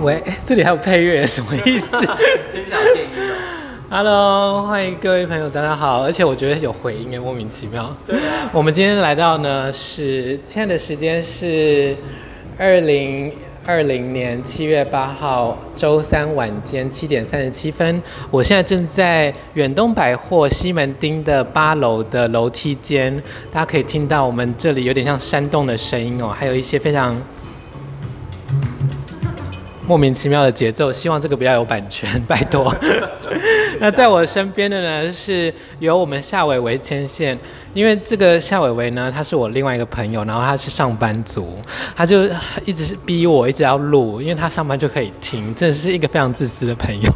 喂， 这里还有配乐，什么意 思先去打电音哦。 ？Hello，欢迎各位朋友，大家好。而且我觉得有回音，莫名其妙。对啊，我们今天来到呢是现在的时间是二零二零年七月八号周三晚间七点三十七分。我现在正在远东百货西门町的八楼的楼梯间，大家可以听到我们这里有点像山洞的声音哦，还有一些非常。莫名其妙的节奏，希望这个不要有版权， 拜托。那在我身边的呢是由我们夏伟为牵线，因为这个夏伟伟呢，他是我另外一个朋友，然后他是上班族，他就一直是逼我一直要录，因为他上班就可以听，真的是一个非常自私的朋友。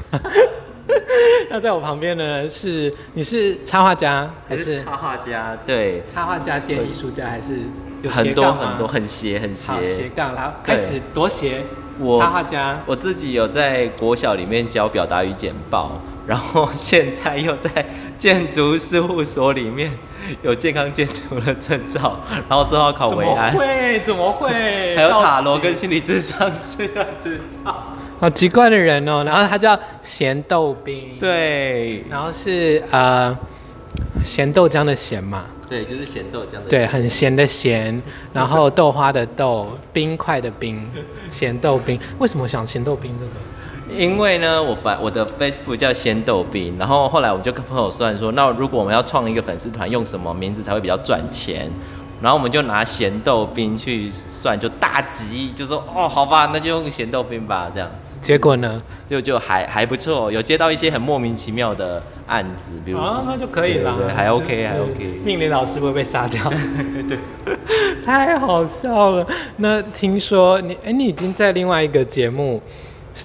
那在我旁边呢是你是插画家还还是是插画家，对，插画家兼艺术家还是有斜很多杠吗很多很邪很好斜邪。杠，然后开始多斜我插画家。我自己有在国小里面教表达与简报， 然后现在又在建筑事务所里面 有健康建筑的证照， 然后之后要考怎维么安，会？怎么会？ 还有塔到罗底跟心理智商师的执照。好奇怪的人哦。然后他叫咸豆冰，，对然后是呃咸豆浆的咸嘛，对，就是咸豆浆的。对，，很咸的咸，然后豆花的豆，冰块的冰，咸豆冰。为什么想咸豆冰这个？因为呢，我把我的 Facebook 叫鲜豆冰，然后后来我们就跟朋友算说，那如果我们要创一个粉丝团，用什么名字才会比较赚钱？然后我们就拿咸豆冰去算，就大吉，就说哦，好吧，那就用咸豆冰吧，这样结果呢？就就还还不错，有接到一些很莫名其妙的案子，比如说，啊，那就可以啦，对对对还 OK，就是还 OK 命理老师会被杀掉，对， 太好笑了。那听说你，哎、你已经在另外一个节目，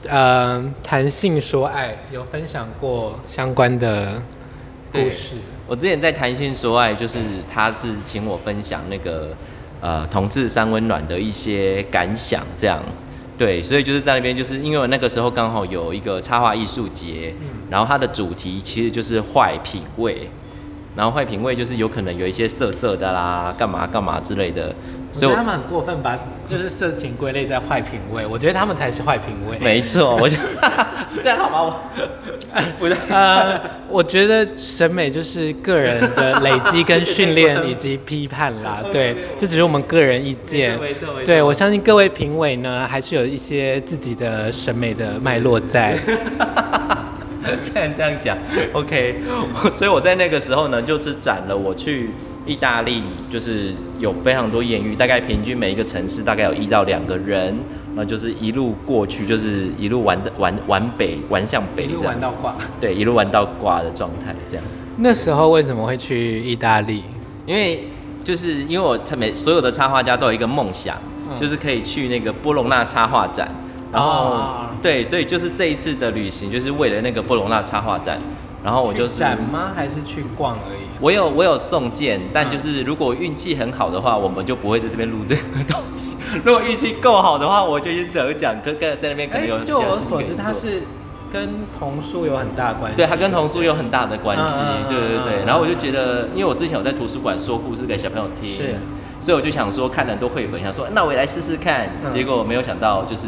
呃，谈性说爱，有分享过相关的故事。我之前在谈性说爱，就是他是请我分享那个呃同志三温暖的一些感想，这样对，所以就是在那边，就是因为我那个时候刚好有一个插画艺术节，嗯然后它的主题其实就是坏品味，然后坏品味就是有可能有一些色色的啦，干嘛干嘛之类的，我觉所以得他我们很过分把就是色情归类在坏品味，我觉得他们才是坏品味。没错，我就 这样好吗？我不是 呃，我觉得审美就是个人的累积跟训练以及批判 啦，对，这只是我们个人意见没错没错没。错对我相信各位评委呢，还是有一些自己的审美的脉络 在。 竟然这样讲，OK，我所以我在那个时候呢，就是展了我去意大利，就是有非常多艳遇，大概平均每一个城市大概有一到两个人，然后就是一路过去，就是一路玩的玩玩北，玩向北一路这样玩，到挂。对，一路玩到挂的状态这样。那时候为什么会去意大利？因为就是因为我插每所有的插画家都有一个梦想，嗯就是可以去那个波隆纳插画展。然后、哦对，所以就是这一次的旅行，就是为了那个波隆纳插画展。然后我就去是展吗？还是去逛而已？我有我有送件，嗯但就是如果运气很好的话，我们就不会在这边录这个东西。 如果运气够好的话，我就已经得奖，可可在那边可能有哎就比较我幸所运知，做它是跟童书有很大关系。对他跟童书有很大的关系嗯嗯嗯，对对嗯嗯对。然后我就觉得，因为我之前有在图书馆说故事给小朋友听，是，所以我就想说看了很多绘本，想说那我也来试试看嗯。结果没有想到，就是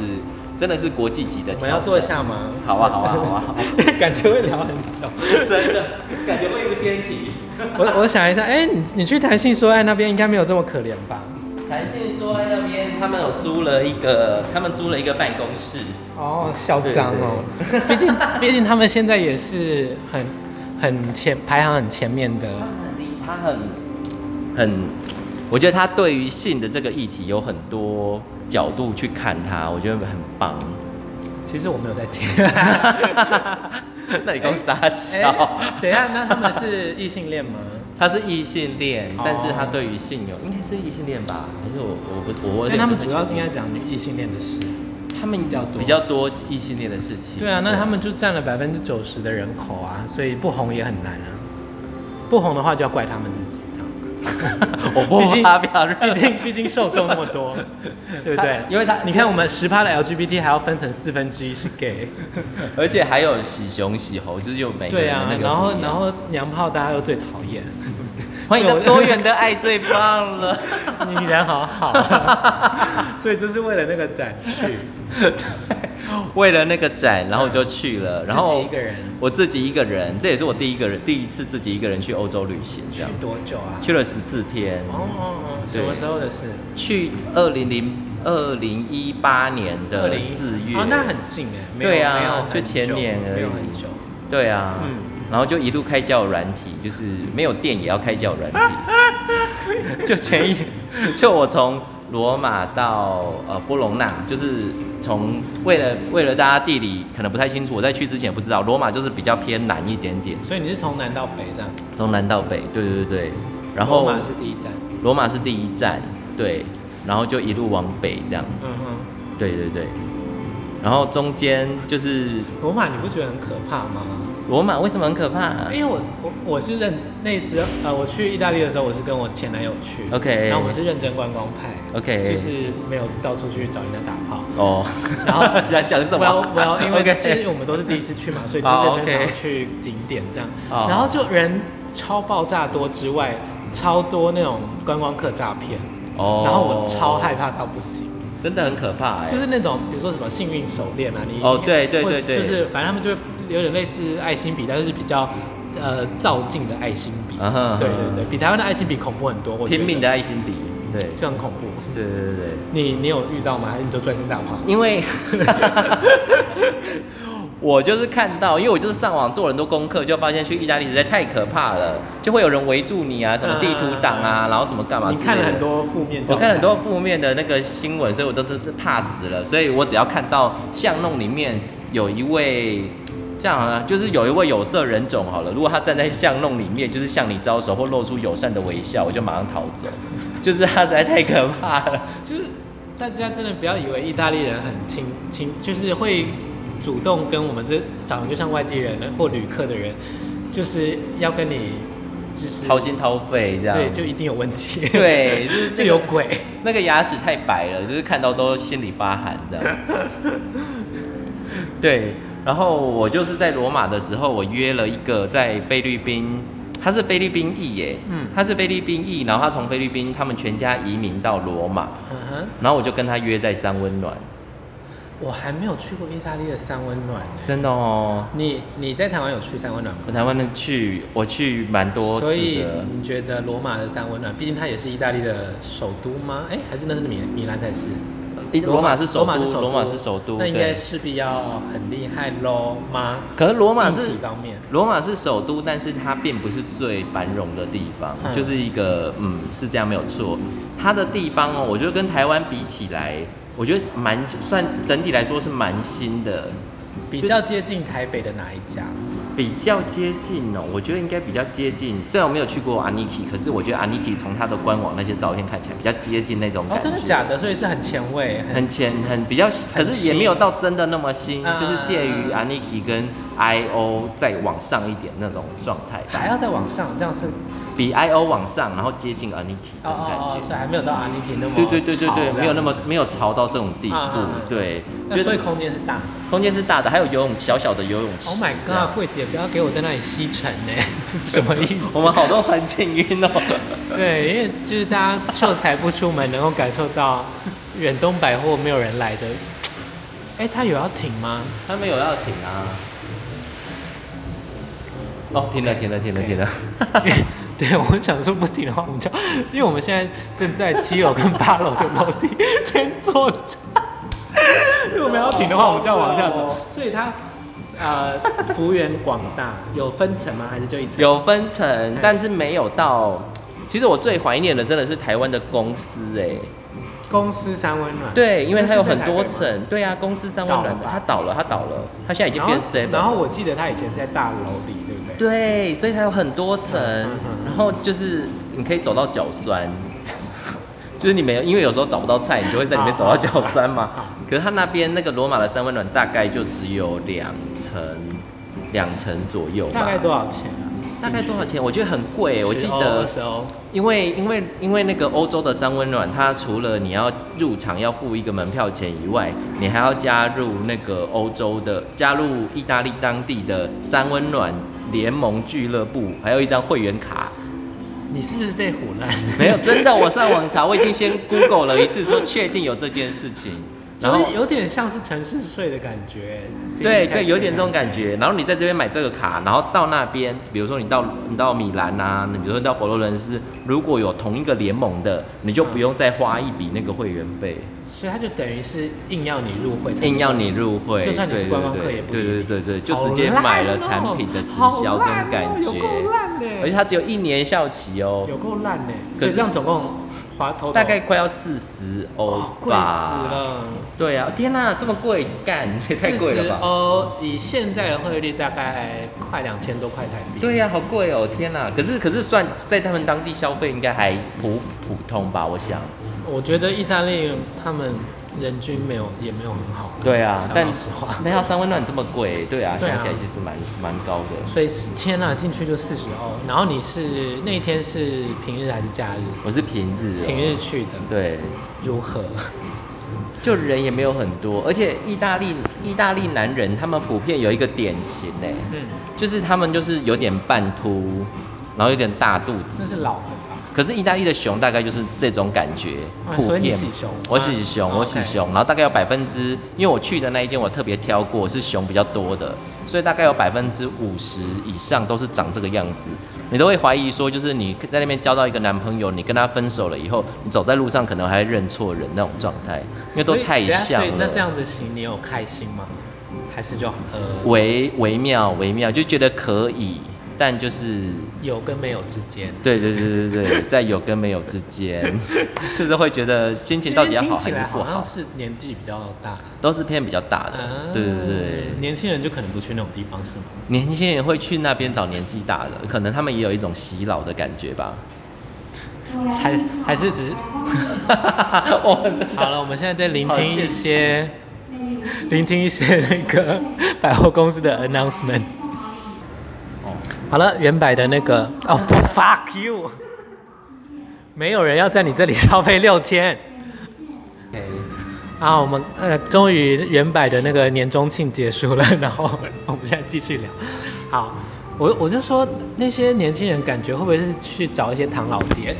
真的是国际级我的挑们战。要坐下吗？好啊好啊好啊好啊 感觉会聊很久。真的感觉会一直偏题。我我想一下，哎、你你去谈性说哎爱那边应该没有这么可怜吧？弹性说在那边他们有租了一个，他们租了一个办公室，哦，嚣张哦，毕竟毕竟他们现在也是很很前排行很前面的，他很厉他很很，我觉得他对于性的这个议题有很多角度去看它，我觉得很棒。 其实我没有在听。那你刚傻哎笑。等一下，那他们是异性恋吗？他是异性恋哦，但是他对于性有应该是异性恋吧？还是我我不我我那有点他们不主清要楚应该讲女异性恋的事。他们比较多比较多异性恋的事情。对啊，那他们就占了百分之九十的人口啊，所以不红也很难啊。不红的话就要怪他们自己啊。 我不毕竟发表任何毕竟毕竟受众那么 多，对不对？因为他你看我们十趴的 LGBT 还要分成四分之一是 gay，而且还有喜熊喜猴，就是有每个对人啊哎那，个然后不一样然后娘炮大家又最讨 厌，欢迎到多元的爱最棒了。 你人好好啊，所以就是为了那个展去。 为了那个展，然后我就去了，然后自己一个人我自己一个人，这也是我第一个人第一次自己一个人去欧洲旅行，这去样多久啊？去了十四天，哦哦哦，对什么时候的事？去二零零二零一八年的20四月，哦，那很近哎，没有对啊没有很久就前年而已没有很久。对啊，嗯然后就一路开教软体，就是没有电也要开教 软体。就前一，就我从罗马到呃波隆纳，就是从为了为了大家地理可能不太清楚，我在去之前也不知道，罗马就是比较偏南一点点，所以你是从南到北这样，从南到北，对对对对。然罗后马是第一站。罗马是第一站，对，然后就一路往北这样，嗯哼，对对对。然后中间就是罗马你不觉得很可怕吗？罗马为什么很可怕、啊啊因为我我我是认那时候呃，我去意大利的时候，我是跟我前男友去 OK 然后我们是认真观光派 OK 就是没有到处去找人家打炮。哦，然 后想讲什么？ well well，因为 OK 就是我们都是第一次去嘛，所以就哦是真的想要 OK 去景点这样。哦然后就人超爆炸多之外，超多那种观光客诈骗，哦然后我超害，怕到不行。真的很可怕哎、就是那种比如说什么幸运手链啊，你哦对对或者对对就是反正他们就会有点类似爱心笔，但是比较呃造镜的爱心笔，嗯哼对对对，比台湾的爱心笔恐怖很多，我觉得拼命的爱心笔，对就很恐怖。对对对对，你你有遇到吗？还是你就专心打炮？因为 我就是看到，因为我就是上网做了很多功课，就发现去意大利实在太可怕了，就会有人围住你啊，什么地图党嗯啊，然后什么干嘛你之类的。看了很多负面，我看很多，负面的那个新闻，所以我都真是怕死了。所以我只要看到巷弄里面有一位这样啊，就是有一位有色人种好了，如果他站在巷弄里面，就是向你招手或露出友善的微笑，我就马上逃走。就是他实在太可怕了。 就是大家真的不要以为意大利人很亲亲，就是会主动跟我们这长得就像外地人或旅客的人，就是要跟你就是掏心掏肺这样。对，就一定有问题。啊对就是这 个就有鬼。那个牙齿太白了，就是看到都心里发寒 这样。对，然后我就是在罗马的时候，我约了一个在菲律宾，他是菲律宾裔耶，嗯他是菲律宾裔，然后他从菲律宾他们全家移民到罗马，嗯哼，然后我就跟他约在三温暖，我还没有去过意大利的三温暖。真的哦，你你在台湾有去三温暖吗？我台湾的去我去蛮多次所以的，你觉得罗马的三温暖，毕竟它也是意大利的首都吗？哎、还是那是米米兰才是？诶罗马是首罗马是都，首罗马是首都，那应对该势必要很厉害喽吗？可是罗马是硬体方面罗马是首都，但是它并不是最繁荣的地方，嗯就是一个嗯是这样没有错。它的地方哦，我觉得跟台湾比起来，我觉得蛮算整体来说是蛮新的，比较接近台北的哪一家？比较接近哦。我觉得应该比较接近，虽然我没有去过 Aniki，可是我觉得 Aniki 从它的官网那些照片看起来比较接近那种哦感，觉。真的假的？所以是很前卫，很很浅，很比较，可是也没有到真的那么新，嗯就是介于 Aniki 跟 IO 再往上一点那种状态吧。还要再往上，这样是比 I O 往上，然后接近 Aniki 这哦种感哦哦，所以觉。还没有到阿尼提那么对对对对潮对，这样没有那么没有潮到这种地步啊啊啊，对，那就所以是空间是大的。空间是大的，还有游泳小小的游泳池 Oh my 这样 god，柜姐不要给我在那里吸尘 呢、什么意思？ 我们好多环境晕哦。对，因为就是大家秀才不出门，能够感受到远东百货没有人来的。哎、他有要停 吗？他们有要停啊？哦，停了停了停了停了。 因为对，我想说不停的话，我们就，因为我们现在正在七楼跟八楼的楼梯 间坐着。如果我们要停的话，我们就要往下走。所以它， 呃，幅员广大，有分层吗？还是就一层？有分嗯层，但是没有到。其实我最怀念的真的是台湾的公司哎、公司三温暖。对，因为它有很多那是在台北吗。层，对啊，公司三万人倒了，吧它倒了，它倒了，它现在已经然变后 seven，，然后我记得它以前是在大楼里，对不对？对，所以它有很多层嗯嗯嗯，然后就是你可以走到脚酸， 就是你没有，因为有时候找不到菜，你就会在里面好走到脚酸嘛好好。可是它那边那个罗马的三温暖大概就只有两层，两层左右吧。大概多少钱哦啊？大概多少钱？我觉得很贵，我记二得，十欧。因为因为因为那个欧洲的三温暖，它除了你要入场要付一个门票钱以外，你还要加入那个欧洲的，加入意大利当地的三温暖联盟俱乐部，还有一张会员卡。你是不是被唬烂？没有，真的，我上网查，我已经先 Google 了一次，说确定有这件事情。然后 有有点像是城市税的感觉。对 city tax 对，有点的这种感觉。然后你在这边买这个卡，然后到那边，比如说你到你到米兰啊，你比如说你到佛罗伦斯，如果有同一个联盟的，你就不用再花一笔那个会员费，所以它就等于是硬要你入会才能够，硬要你入会，就算你是对观光客对也不对理对你对对，就好直接烂买了哦产品的直好销这烂种哦感有觉够烂的，而且它只有一年效期哦，有够烂呢，可所以是这样总共花头大概快要四十欧哦贵死吧。了，对啊，天哪、这么贵，干也太贵了吧40！欧以现在的汇率大概快两千多块台币。对呀、好贵哦！天哪，可是可是算在他们当地消费应该还普普通吧，我想。我觉得意大利他们人均没有也没有很好啦，对啊讲，但老实话，那要三温暖这么贵，对啊，对啊想起来其实蛮蛮高的。所以天啊，进去就四十欧，然后你是那一天是平日还是假日？我是平日、哦，平日去的，对，如何？就人也没有很多，而且意大利意大利男人他们普遍有一个典型哎， 嗯，就是他们就是有点半秃，然后有点大肚子。那是老人吧？可是意大利的熊大概就是这种感觉，啊普所以你遍。喜熊我喜熊，啊我喜熊。然后大概有百分之，因为我去的那一间我特别挑过，是熊比较多的，所以大概有百分之五十以上都是长这个样子。你都会怀疑说，就是你在那边交到一个男朋友，你跟他分手了以后，你走在路上可能还会认错人那种状态，因为都所以太等下像所以那了这。样子行，你有开心吗？还是就呃微微妙，微妙，就觉得可以，但就是有跟没有之间？对对对对对，在有跟没有之 间，就是会觉得心情到底要好还因为听起是来不好像好，是年纪比较大，都是偏比较大啊的。对对对，年轻人就可能不去那种地方是吗？年轻人会去那边找年纪大的，可能他们也有一种洗脑的感觉吧。还还是 只是我们这好了，我们现在在聆好听谢一些，聆听一些那个百货公司的 announcement。好了，原版的那个哦不 fuck you，没有人要在你这里消费六天啊！我们呃，终于原版的那个年终庆结束了，然后我们现在继续聊。好，我我就说那些年轻人感觉会不会是去找一些唐老街？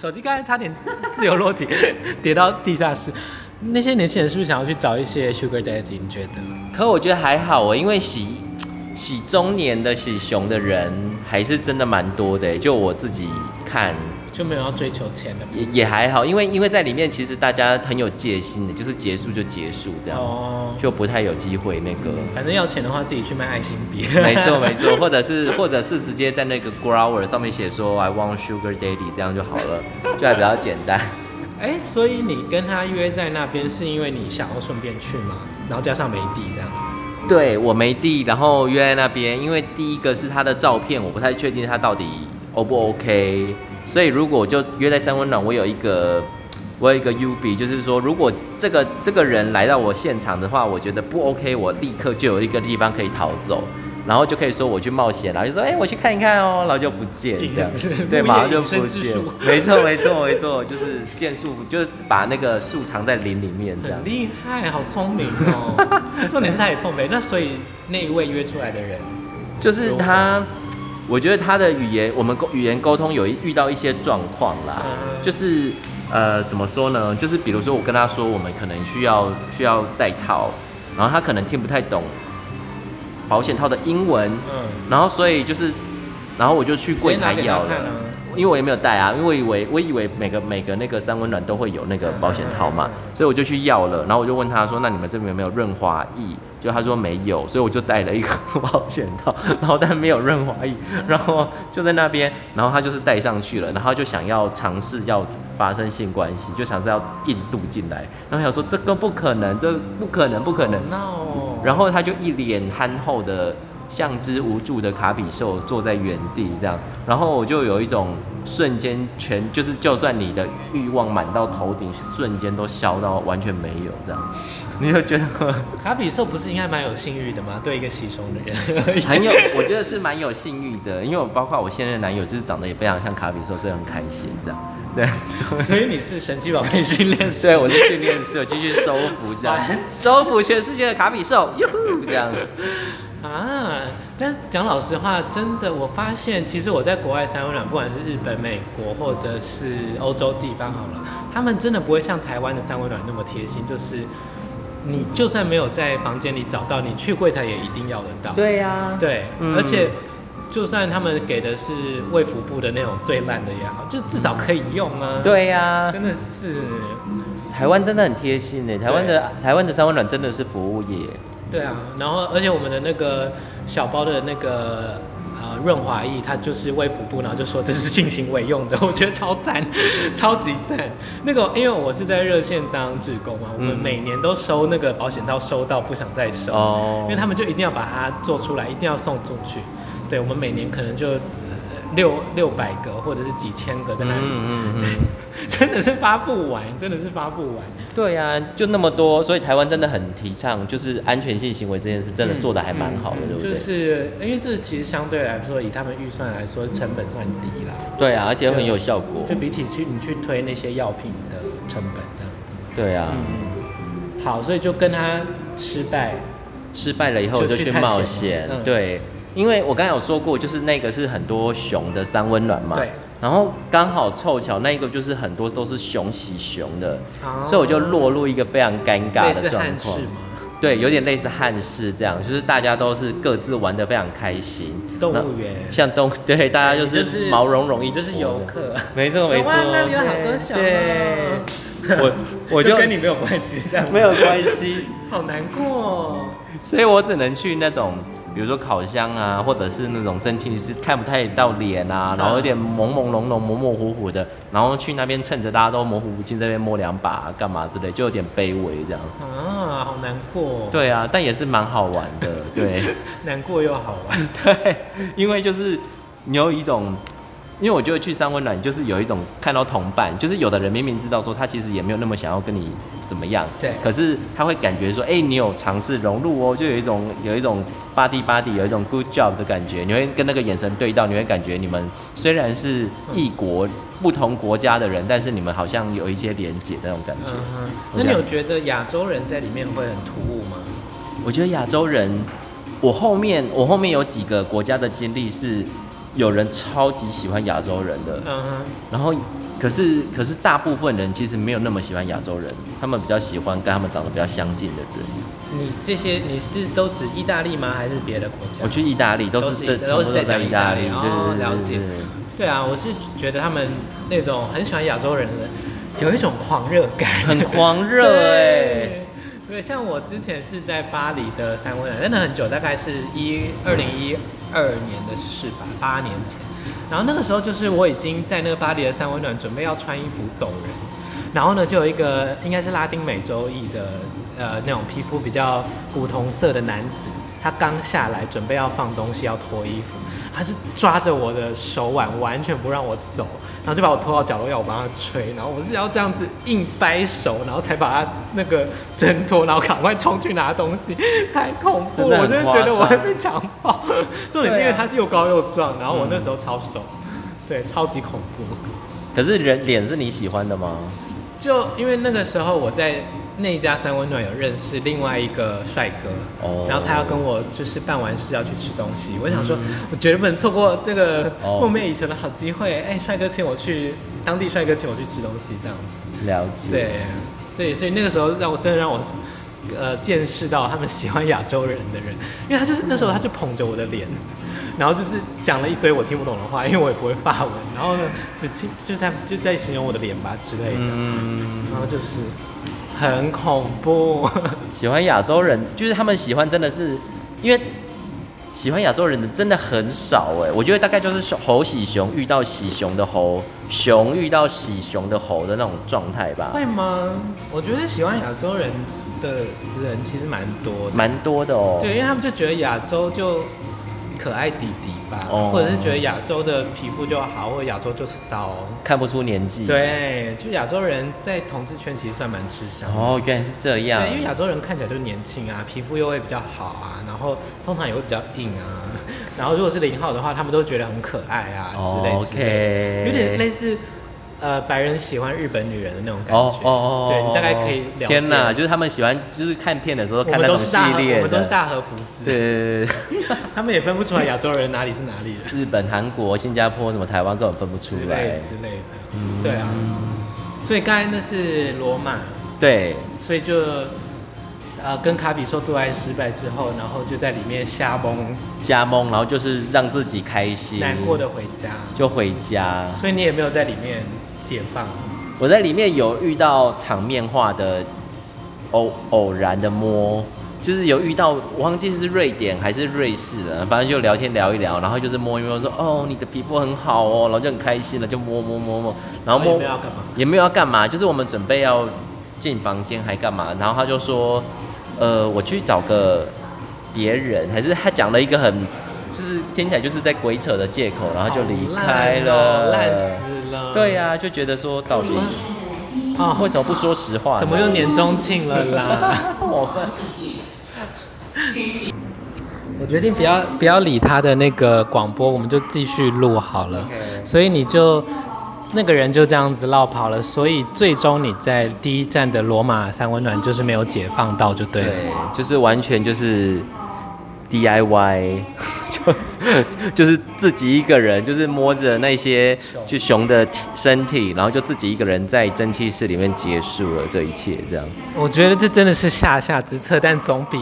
手机刚才差点自由落体， 跌到地下室。那些年轻人是不是想要去找一些 Sugar Daddy？你觉得？可我觉得还好哦，因为洗洗中年的洗熊的人还是真的蛮多的耶，欸就我自己看。就没有要追求钱的也也还好，因为因为在里面其实大家很有戒心的，就是结束就结束这样，哦。就不太有机会那个。反正要钱的话，自己去卖爱心笔。 没错没错，或者是或者是直接在那个 grower 上面写说 I want sugar daddy 这样就好了，就还比较简单。 哎、所以你跟他约在那边，是因为你想要顺便去吗？然后加上没地这样。对我没地，然后约在那边，因为第一个是他的照片，我不太确定他到底 O 不 OK，所以如果我就约在三温暖，我有一个我有一个 UB，就是说如果这个这个人来到我现场的话，我觉得不 OK，我立刻就有一个地方可以逃走。然后就可以说我去冒险，然后就说哎、我去看一看哦，然后就不见这 样是，对，物业马上就隐身不之见术，没错没错没错，就是见树就是把那个树藏在林里面这样很。厉害，好聪明哦！重点是他也奉陪，那所以那一位约出来的人，就是他，我觉得他的语言，我们沟语言沟通有一遇到一些状况啦，嗯就是呃，怎么说呢？就是比如说我跟他说我们可能需要需要戴套，然后他可能听不太懂保险套的英文，嗯，然后所以就是，然后我就去柜台直接拿要给他看了。啊。因为我也没有带啊，因为我以为我以为每个每个那个三温暖都会有那个保险套嘛嗯嗯，所以我就去要了，然后我就问他说，那你们这边有没有润滑液？就他说没有，所以我就带了一个 保险套，然后但没有润滑液，然后就在那边，然后他就是戴上去了，然后他就想要尝试要发生性关系，就想是要硬度进来，然后想说这个不可能，这不可能，不可能，闹哦。然后他就一脸憨厚的，像只无助的卡比兽坐在原地这样，然后我就有一种瞬间全就是，就算你的欲望满到头顶，瞬间都消到完全没有这样， 你就觉得卡比兽不是应该蛮有性欲的吗？对一个喜熊的人，很有，我觉得是蛮有性欲的，因为我包括我现任男友就是长得也非常像卡比兽，所以很开心这样， 对，所 以所以你是神奇宝贝训练师。对，我是训 练师，我继续收服这样，收服全世界的卡比兽，哟呼这样。 啊，但是讲老实话，真的，我发现其实我在国外三温暖，不管是日本、美国或者是欧洲地方好了，他们真的不会像台湾的三温暖那么贴心，就是你就算没有在房间里找到，你去柜台也一定要得到。对呀、对嗯而且就算他们给的是卫福部的那种最烂的也好，就至少可以用啊。，对呀、真的是，台湾真的很贴心欸呢。台湾的台湾的三温暖真的是服务业，对啊。然后而且我们的那个小包的那个。呃，润滑液它就是卫福部，然后就说这是性行为用的， 我觉得超赞，超级赞。那个因为我是在热线当志工嘛，我们嗯每年都收那个保险套，收到不想再收。哦因为他们就一定要把它做出来，一定要送出去。对我们每年可能就呃六六百个或者是几千个在那里，嗯嗯嗯， 真的是发不完，真的是发不完。对呀、就那么多，所以台湾真的很提倡，就是安全性行为这件事，真的做的还蛮好的，嗯对不对？就是因为这其实相对来说，以他们预算来说，成本算低啦，对啊，而且很有效果就。比起去你去推那些药品的成本这样子。对啊，嗯好，所以就跟他失败，失败了以后我就去就去冒险探险嗯。对，因为我刚才有说过，就是那个是很多熊的三温暖嘛。对。然后刚好凑巧那一个就是很多都是熊喜熊的，哦所以我就落入一个非常尴尬类的似状汉室况。嘛，对，有点类似汉室这样，就是大家都是各自玩的非常开心。动那物园像动 对，大家就你就是是毛茸茸一你就是坨游的。客。没错没错。哇那里有好多对熊哦 对，我我就跟你没有关系，这样子 没有关系。好难过、哦。所以我只能去那种，比如说烤箱啊，或者是那种蒸汽是看不太到脸嗯啊，然后有点朦朦胧胧、模模糊糊的，然后去那边趁着大家都模糊不清，这边摸两把、干嘛之类，就有点卑微这样。啊，好难过，，对啊，但也是蛮好玩的，对难过又好玩， 对，因为就是你有一种。因为我觉得去三温暖就是有一种看到同伴，就是有的人明明知道说他其实也没有那么想要跟你怎么样，对可是他会感觉说，哎、你有尝试融入哦，就有一种有一种 body body 有一种 good job 的感觉，你会跟那个眼神对到，你会感觉你们虽然是异国、不同国家的人，但是你们好像有一些连结的那种感觉。嗯哼，那我觉得你有觉得亚洲人在里面会很突兀吗？我觉得亚洲人，我后面我后面有几个国家的经历是，有人超级喜欢亚洲人的，嗯哼，然后可是可是大部分人其实没有那么喜欢亚洲人，他们比较喜欢跟他们长得比较相近的人。你这些你是都指意大利吗？还是别的国家？我去意大利都都是是这，都是通在通在讲意意大大利利，哦对对了对解对对对。对啊，我是觉得他们那种很喜欢亚洲人的，有一种狂热感， 很狂热欸哎、对，对，像我之前是在巴黎的三温暖，真的很久，大概是一二零一二年的事吧，八年前。然后那个时候就是我已经在那个巴黎的三温暖准备要穿衣服走人，然后呢就有一个应该是拉丁美洲裔的呃那种皮肤比较古铜色的男子，他刚下来准备要放东西要脱衣服，他就抓着我的手腕完全不让我走，然后就把我拖到角落要我帮他吹，然后我是要这样子硬掰手，然后才把他那个挣脱，然后赶快冲去拿东西， 太恐怖真了，的我真很的觉得我夸会张被强暴。重点是因为对啊他是又高又壮，然后我那时候超瘦，对，超级恐怖。可是人脸是你喜欢的吗？就因为那个时候我在那一家三温暖有认识另外一个帅哥，哦然后他要跟我就是办完事要去吃东西，我想说，我绝对不能错过这个嗯哦梦寐以求的好机会。哎、帅哥请我去，当地帅哥请我去吃东西，这样了解。对，对，所以那个时候让我真的让我。呃，见识到他们喜欢亚洲人的人，因为他就是那时候他就捧着我的脸，然后就是讲了一堆我听不懂的话，因为我也不会发文，然后呢，只听就在就在形容我的脸吧之类的。嗯，然后就是很恐怖， 喜欢亚洲人，就是他们喜欢真的是，因为喜欢亚洲人的真的很少哎、我觉得大概就是熊猴喜熊遇到喜熊的猴，熊遇到喜熊的猴的那种状态吧，会吗？我觉得喜欢亚洲人的人其实蛮多的，蛮多的哦、对，因为他们就觉得亚洲就可爱弟弟吧，哦或者是觉得亚洲的皮肤就好，或者亚洲就骚。看不出年纪。。对，就亚洲人在同志圈其实算蛮吃香的。嗯哦，原来是这样对，。因为亚洲人看起来就年轻啊，皮肤又会比较好啊，然后通常也会比较硬啊。 然后如果是零号的话，他们都觉得很可爱啊之类之类的哦 OK，有点类似呃白人喜欢日本女人的那种感觉。哦哦哦，对你大概可以了解。天哪，就是他们喜欢，就是看片的时候我看们那都种是系大和，我列们都是的。大和服子，对对对对对，他们也分不出来亚洲人哪里是哪里人。日本、韩国、新加坡、什么台湾根本分不出之类来。之类 的，对啊。所以刚才那是罗马，对，所以就呃跟卡比兽做爱失败之后，然后就在里面瞎蒙，瞎蒙，然后就是让自己开心，难过的回家。就回家。所以你也没有在里面解放，我在里面有遇到场面化的偶偶然的摸，就是有遇到，我忘记是瑞典还是瑞士的，反正就聊天聊一聊，然后就是摸一摸说，哦，你的皮肤很好哦，然后就很开心了，就摸摸摸摸，然后也摸哎没有要啊干嘛？也没有要干嘛，就是我们准备要进房间还干嘛，然后他就说，呃，我去找个别人，还是他讲了一个很。就是听起来就是在鬼扯的借口，然后就离开好了，烂哦烂死了。对呀、就觉得说到底啊，为什么不说实话呢？怎么又年终庆了 啦？我们我决定不要不要理他的那个广播，我们就继续录好了。所以你就那个人就这样子绕跑了，所以最终你在第一站的罗马三温暖就是没有解放到，就对了。对，就是完全就是 DIY，就就是自己一个人，就是摸着那些就熊的体身体，然后就自己一个人在蒸汽室里面结束了这一切，这样。我觉得这真的是下下之策，但总比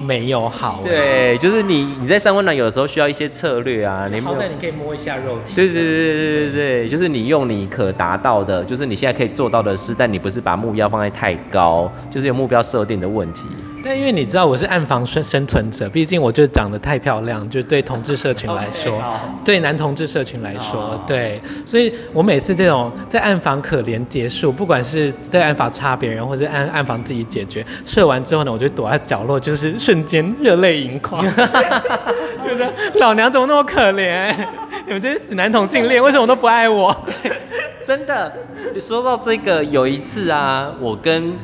没有好。，对，就是你你在三温暖有的时候需要一些策略啊，你没好有歹。你可以摸一下肉体。对对对对对对，就是你用你可达到的，就是你现在可以做到的事，但你不是把目标放在太高，就是有目标设定的问题。但因为你知道我是暗房生生存者，毕竟我就长得太漂亮，就对同志社群来说 OK，好对男同志社群来说好，对，所以我每次这种在暗房可怜结束，不管是在暗房插别人，或者暗暗房自己解决，射完之后呢，我就躲在角落，就是瞬间热泪盈眶， 觉得老娘怎么那么可怜？你们这些死男同性恋为什么都不爱我？真的，说到这个，有一次啊，我跟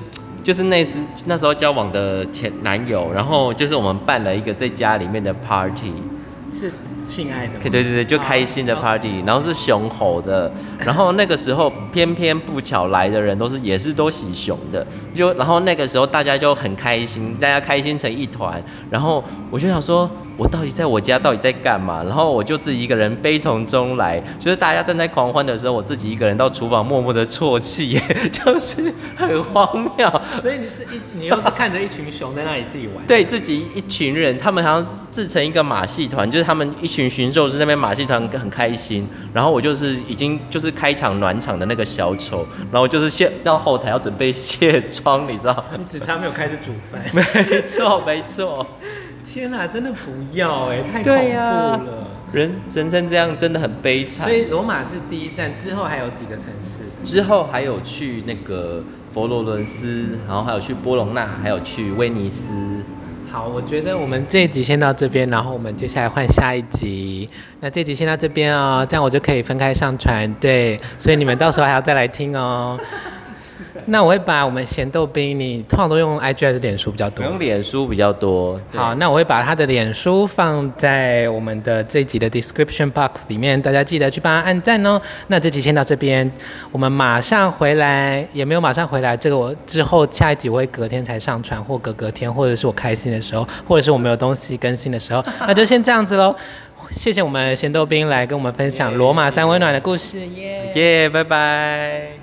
就是那时那时候交往的前男友，然后就是我们办了一个在家里面的 party，是性爱的吗对对对，就开心的啊 party，然后是熊吼的，然后那个时候偏偏不巧来的人都是也是都喜熊的，就然后那个时候大家就很开心，大家开心成一团，然后我就想说，我到底在我家到底在干嘛？然后我就自己一个人悲从中来，就是大家正在狂欢的时候，我自己一个人到厨房默默的啜泣， 就是很荒谬， 所以你是一，你又是看着一群熊在那里自己玩。对自己一群人，他们好像自成一个马戏团，就是他们一群驯兽师在那边马戏团很开心。然后我就是已经就是开场暖场的那个小丑，然后就是卸到后台要准备卸妆， 你知道？你只差没有开始煮饭。没错，没错，天哪、真的不要哎、太恐对呀怖了。人人生这样真的很悲惨所。以罗马是第一站，之后还有几个城市？之后还有去那个佛罗伦斯，然后还有去波隆纳，还有去威尼斯。好，我觉得我们这一集先到这边，然后我们接下来换下一集。那这集先到这边哦，这样我就可以分开上传。对，所以你们到时候还要再来听哦。那我会把我们咸豆冰，你通常都用 IG 还是脸书比较不多？用脸书比较多。对好，，那我会把他的脸书放在我们的这集的 description box 里面，大家记得去帮他按赞哦。那这集先到这边，我们马上回来，也没有马上回来，这个我之后下一集我会隔天才上传，或隔隔天，或者是我开心的时候，或者是我没有东西更新的时 候，那就先这样子喽。谢谢我们咸豆冰来跟我们分享罗马三温暖的故事耶。耶、拜拜。